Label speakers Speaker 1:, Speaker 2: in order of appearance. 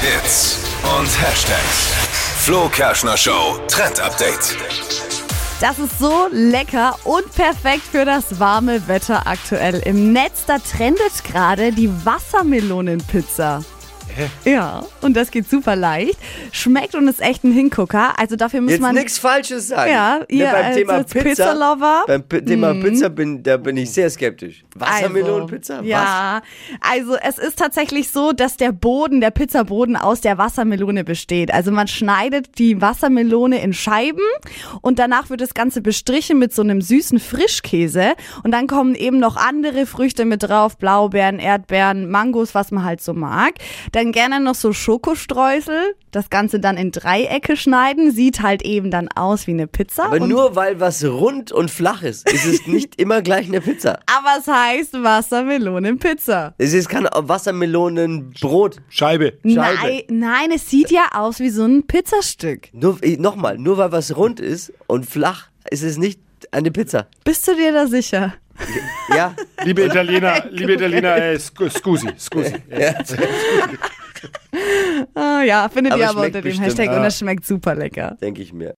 Speaker 1: Hits und Hashtags. Flo Kerschner Show Trend Update.
Speaker 2: Das ist so lecker und perfekt für das warme Wetter aktuell. Im Netz, da trendet gerade die Wassermelonenpizza. Ja, und das geht super leicht. Schmeckt und ist echt ein Hingucker. Also dafür muss
Speaker 3: Jetzt
Speaker 2: man.
Speaker 3: nichts Falsches sagen.
Speaker 2: Ja,
Speaker 3: Ne,
Speaker 2: ihr
Speaker 3: beim
Speaker 2: als-
Speaker 3: Thema
Speaker 2: als
Speaker 3: Pizza,
Speaker 2: Pizzalover. Mhm.
Speaker 3: beim P Thema Pizza bin, da bin ich sehr skeptisch. Wassermelonenpizza?
Speaker 2: Also, ja, also es ist tatsächlich so, dass der Boden, der Pizzaboden aus der Wassermelone besteht. Also man schneidet die Wassermelone in Scheiben und danach wird das Ganze bestrichen mit so einem süßen Frischkäse und dann kommen eben noch andere Früchte mit drauf, Blaubeeren, Erdbeeren, Mangos, was man halt so mag. Dann gerne noch so Schokostreusel, das Ganze dann in Dreiecke schneiden, sieht halt eben dann aus wie eine Pizza.
Speaker 3: Aber
Speaker 2: und
Speaker 3: nur weil was rund und flach ist, ist es nicht immer gleich eine Pizza.
Speaker 2: aber es heißt Wassermelonenpizza.
Speaker 3: Es ist kein Wassermelonenbrot.
Speaker 4: Scheibe.
Speaker 3: Scheibe.
Speaker 2: Nein, nein, es sieht ja aus wie so ein Pizzastück.
Speaker 3: Nur, eh, nochmal, nur weil was rund ist und flach, ist es nicht eine Pizza.
Speaker 2: Bist du dir da sicher?
Speaker 3: Ja,
Speaker 4: Liebe Italiener, liebe Italiener, äh, scu- scusi, scusi.
Speaker 2: Ah, ja, findet
Speaker 3: Aber
Speaker 2: ihr aber
Speaker 3: schmeckt
Speaker 2: unter dem
Speaker 3: bestimmt,
Speaker 2: Hashtag und
Speaker 4: ja.
Speaker 2: es schmeckt super lecker.
Speaker 3: denke ich mir.